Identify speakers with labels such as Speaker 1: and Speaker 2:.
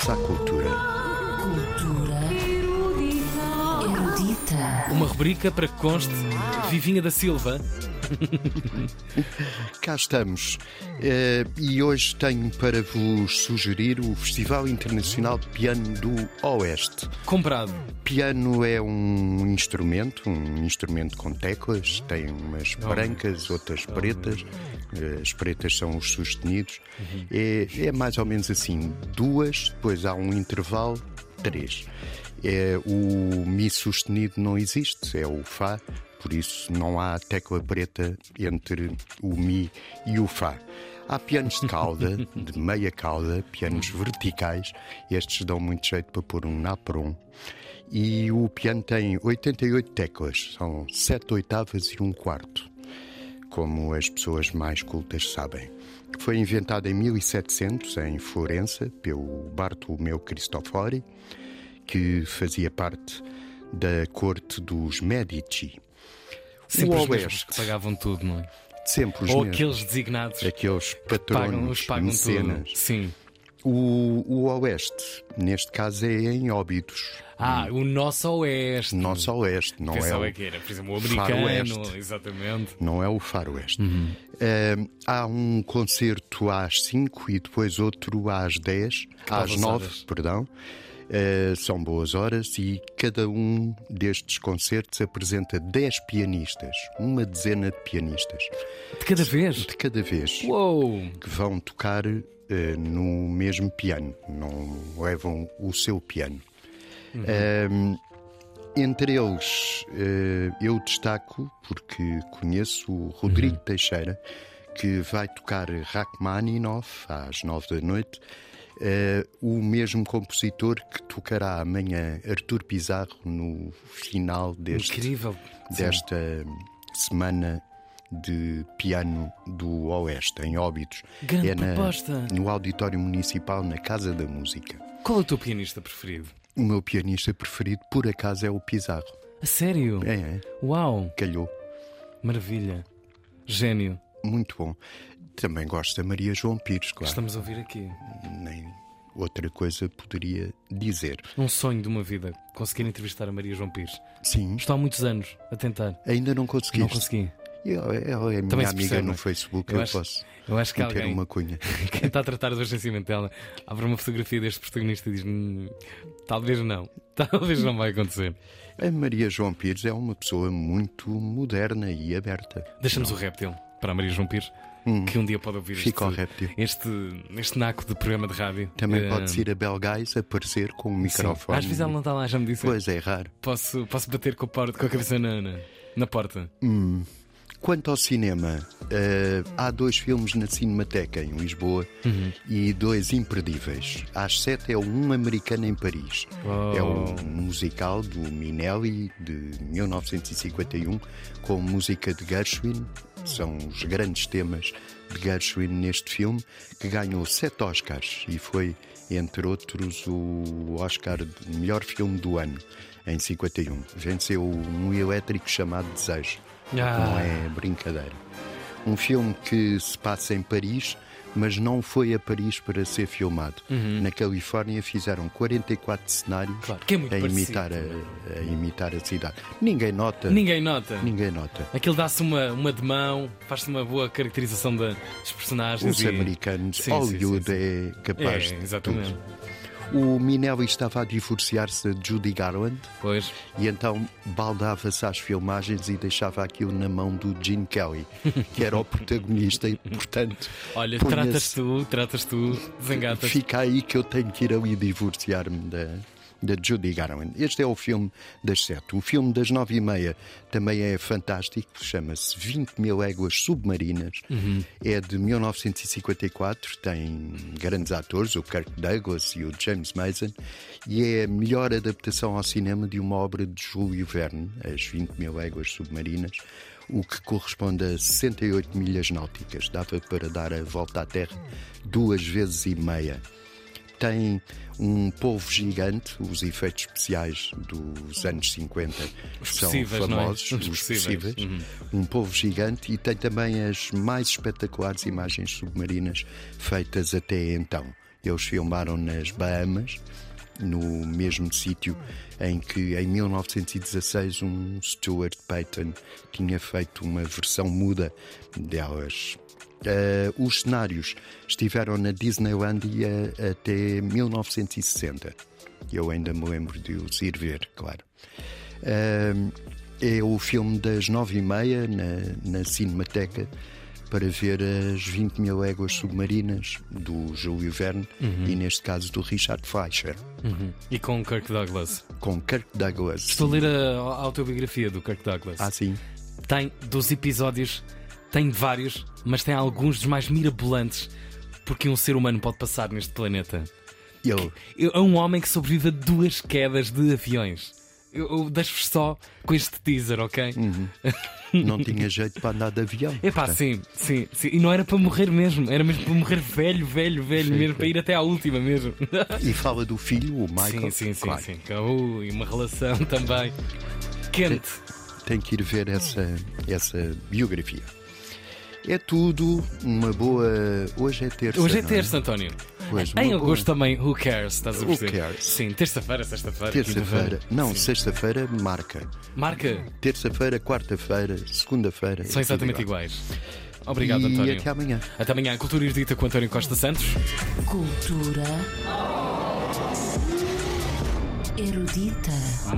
Speaker 1: Conversa à Cultura.
Speaker 2: Cultura erudita.
Speaker 3: Uma rubrica para que conste Vivinha da Silva.
Speaker 1: Cá estamos. Eh, e hoje tenho para vos sugerir o Festival Internacional de Piano do Oeste.
Speaker 3: Comprado.
Speaker 1: Piano é um instrumento, um instrumento com teclas, tem umas brancas, outras pretas. Eh, As pretas são os sustenidos. É, é mais ou menos assim: duas, depois há um intervalo, três. É, o Mi sustenido não existe, é o Fá, por isso não há tecla preta entre o Mi e o Fá. Há pianos de cauda, de meia cauda, pianos verticais, estes dão muito jeito para pôr um napron. E o piano tem 88 teclas, são 7 oitavas e um quarto, como as pessoas mais cultas sabem. Foi inventado em 1700, em Florença, pelo Bartolomeu Cristofori, que fazia parte da corte dos Medici.
Speaker 3: Sempre
Speaker 1: o
Speaker 3: os mesmos
Speaker 1: Oeste,
Speaker 3: que pagavam tudo, não é?
Speaker 1: sempre os
Speaker 3: Ou
Speaker 1: mesmos.
Speaker 3: aqueles designados que
Speaker 1: Aqueles
Speaker 3: pagam,
Speaker 1: patrões,
Speaker 3: os pagam
Speaker 1: mecenas.
Speaker 3: tudo. Sim.
Speaker 1: O, o Oeste, neste caso, é em Óbidos.
Speaker 3: Ah, o nosso Oeste.
Speaker 1: Nosso Oeste, não é,
Speaker 3: Pensava
Speaker 1: o,
Speaker 3: que era, por exemplo, o
Speaker 1: Faroeste.
Speaker 3: americano, exatamente.
Speaker 1: não é o Faroeste. Eh, há um concerto às 5 e depois outro às 10, às
Speaker 3: belas
Speaker 1: 9,
Speaker 3: horas.
Speaker 1: perdão. Eh, são boas horas e cada um destes concertos apresenta 10 pianistas, uma dezena de pianistas,
Speaker 3: De cada vez.
Speaker 1: de cada vez.
Speaker 3: Uou!
Speaker 1: que vão tocar eh, no mesmo piano, não levam o seu piano. Ahm, entre eles, eh, eu destaco, porque conheço o Rodrigo Teixeira, que vai tocar Rachmaninoff às nove da noite, eh, o mesmo compositor que tocará amanhã Artur Pizarro no final deste
Speaker 3: Incrível.
Speaker 1: desta hum, semana de piano do Oeste, em Óbidos.
Speaker 3: Grande
Speaker 1: é na-
Speaker 3: proposta.
Speaker 1: no Auditório Municipal, na Casa da Música.
Speaker 3: Qual é o teu pianista preferido?
Speaker 1: O meu pianista preferido, por acaso, é o Pizarro.
Speaker 3: A sério?
Speaker 1: É, é,
Speaker 3: Uau!
Speaker 1: calhou.
Speaker 3: Maravilha. Gênio.
Speaker 1: Muito bom. Também gosto da Maria João Pires, claro.
Speaker 3: Estamos a ouvir aqui.
Speaker 1: Nem outra coisa poderia dizer.
Speaker 3: Um sonho de uma vida. Conseguir entrevistar a Maria João Pires.
Speaker 1: Sim,
Speaker 3: Estou há muitos anos a tentar.
Speaker 1: ainda não conseguiste.
Speaker 3: Não consegui.
Speaker 1: Ela, ela é minha
Speaker 3: Também se
Speaker 1: amiga
Speaker 3: percebe, não
Speaker 1: no
Speaker 3: é?
Speaker 1: Facebook,
Speaker 3: Eu
Speaker 1: eu,
Speaker 3: acho-
Speaker 1: posso
Speaker 3: Eu acho que
Speaker 1: meter
Speaker 3: alguém.
Speaker 1: uma cunha.
Speaker 3: Quem está a tratar do nascimento dela abre uma fotografia deste protagonista e diz: "Hum, Talvez não, talvez não vai acontecer.
Speaker 1: A Maria João Pires é uma pessoa muito moderna e aberta.
Speaker 3: Deixamos o réptil para a Maria João Pires, que um dia pode ouvir
Speaker 1: Hum. Fica o
Speaker 3: este,
Speaker 1: réptil.
Speaker 3: este, este naco de programa de rádio.
Speaker 1: tipo. Também
Speaker 3: Eh,
Speaker 1: pode ir a Belgais aparecer com um
Speaker 3: sim.
Speaker 1: microfone.
Speaker 3: Às vezes ela não está lá, já me disse.
Speaker 1: Pois é, raro.
Speaker 3: Posso, posso bater com a, porta, com a cabeça na, na, na porta.
Speaker 1: Quanto ao cinema, eh, há dois filmes na Cinemateca em Lisboa e dois imperdíveis. Às sete é um americano em Paris.
Speaker 3: Oh.
Speaker 1: É um musical do Minelli de 1951 com música de Gershwin. São os grandes temas de Gershwin neste filme que ganhou sete Oscars e foi, entre outros, o Oscar de melhor filme do ano em 51. Venceu um elétrico chamado Desejo. Não é brincadeira. Um filme que se passa em Paris, mas não foi a Paris para ser filmado. Na Califórnia fizeram 44 cenários
Speaker 3: Uhum. Claro, que é muito
Speaker 1: a,
Speaker 3: parecido
Speaker 1: imitar a, a imitar a cidade. Ninguém nota.
Speaker 3: Ninguém nota.
Speaker 1: ninguém nota.
Speaker 3: Aquilo dá-se uma, uma de mão, faz-se uma boa caracterização da- dos personagens.
Speaker 1: Os
Speaker 3: e-
Speaker 1: americanos,
Speaker 3: Sim, sim,
Speaker 1: Hollywood
Speaker 3: sim, sim.
Speaker 1: é capaz
Speaker 3: É,
Speaker 1: de
Speaker 3: exatamente.
Speaker 1: tudo. O Minelli estava a divorciar-se de Judy Garland
Speaker 3: Pois.
Speaker 1: E então baldava-se às filmagens e deixava aquilo na mão do Gene Kelly, que era o protagonista e, portanto,
Speaker 3: Olha,
Speaker 1: punha-se,
Speaker 3: tratas tu, tratas tu, desengatas.
Speaker 1: Fica aí que eu tenho que ir ali divorciar-me da, da Judy Garland. Este é o filme das sete. O filme das nove e meia também é fantástico, chama-se 20 mil éguas submarinas. É de 1954, tem grandes atores, o Kirk Douglas e o James Mason, e é a melhor adaptação ao cinema de uma obra de Júlio Verne, As 20 mil éguas submarinas. O que corresponde a 68 milhas náuticas. Dava para dar a volta à Terra duas vezes e meia tem um povo gigante, os efeitos especiais dos anos 50 são
Speaker 3: possíveis, não é?
Speaker 1: famosos,
Speaker 3: Os
Speaker 1: os
Speaker 3: possíveis.
Speaker 1: possíveis. Um povo gigante e tem também as mais espetaculares imagens submarinas feitas até então. Eles filmaram nas Bahamas, no mesmo sítio em que em 1916 um Stuart Payton tinha feito uma versão muda delas. Eh, os cenários estiveram na Disneylandia até 1960. Eu ainda me lembro de os ir ver, claro. Ahm, é o filme das nove e meia na, na Cinemateca para ver as 20 mil léguas submarinas do Júlio Verne e neste caso do Richard Fleischer
Speaker 3: Uhum. E com Kirk Douglas.
Speaker 1: com Kirk Douglas.
Speaker 3: Estou a ler a, a autobiografia do Kirk Douglas.
Speaker 1: Ah, sim.
Speaker 3: Tem dos episódios, tem vários, mas tem alguns dos mais mirabolantes porque um ser humano pode passar neste planeta.
Speaker 1: Ele,
Speaker 3: Eu- É um homem que sobrevive a duas quedas de aviões. Eu, eu deixo-vos só com este teaser, ok?
Speaker 1: Uhum, não tinha jeito para andar de avião.
Speaker 3: Epá,
Speaker 1: portanto,
Speaker 3: sim, sim, sim. E não era para morrer mesmo, era mesmo para morrer velho, velho, velho,
Speaker 1: Sim,
Speaker 3: mesmo
Speaker 1: sim.
Speaker 3: para ir até à última mesmo.
Speaker 1: E fala do filho, o Michael.
Speaker 3: sim, sim, sim,
Speaker 1: claro.
Speaker 3: sim. Ui, uma relação também quente.
Speaker 1: Tem que ir ver essa, essa biografia. É tudo uma boa. Hoje é terça.
Speaker 3: Hoje é
Speaker 1: não
Speaker 3: terça, António.
Speaker 1: Pois,
Speaker 3: em
Speaker 1: uma boa-
Speaker 3: agosto também, who cares? Estás a
Speaker 1: Who
Speaker 3: perceber?
Speaker 1: cares?
Speaker 3: Sim, terça-feira, sexta-feira.
Speaker 1: Terça-feira.
Speaker 3: quinta-feira.
Speaker 1: Não,
Speaker 3: Sim.
Speaker 1: sexta-feira marca.
Speaker 3: Marca,
Speaker 1: Terça-feira, quarta-feira, segunda-feira.
Speaker 3: são
Speaker 1: é tudo
Speaker 3: exatamente
Speaker 1: igual.
Speaker 3: iguais. Obrigado,
Speaker 1: e
Speaker 3: António.
Speaker 1: até amanhã.
Speaker 3: Até amanhã, Cultura Erudita com António Costa Santos.
Speaker 2: Cultura erudita.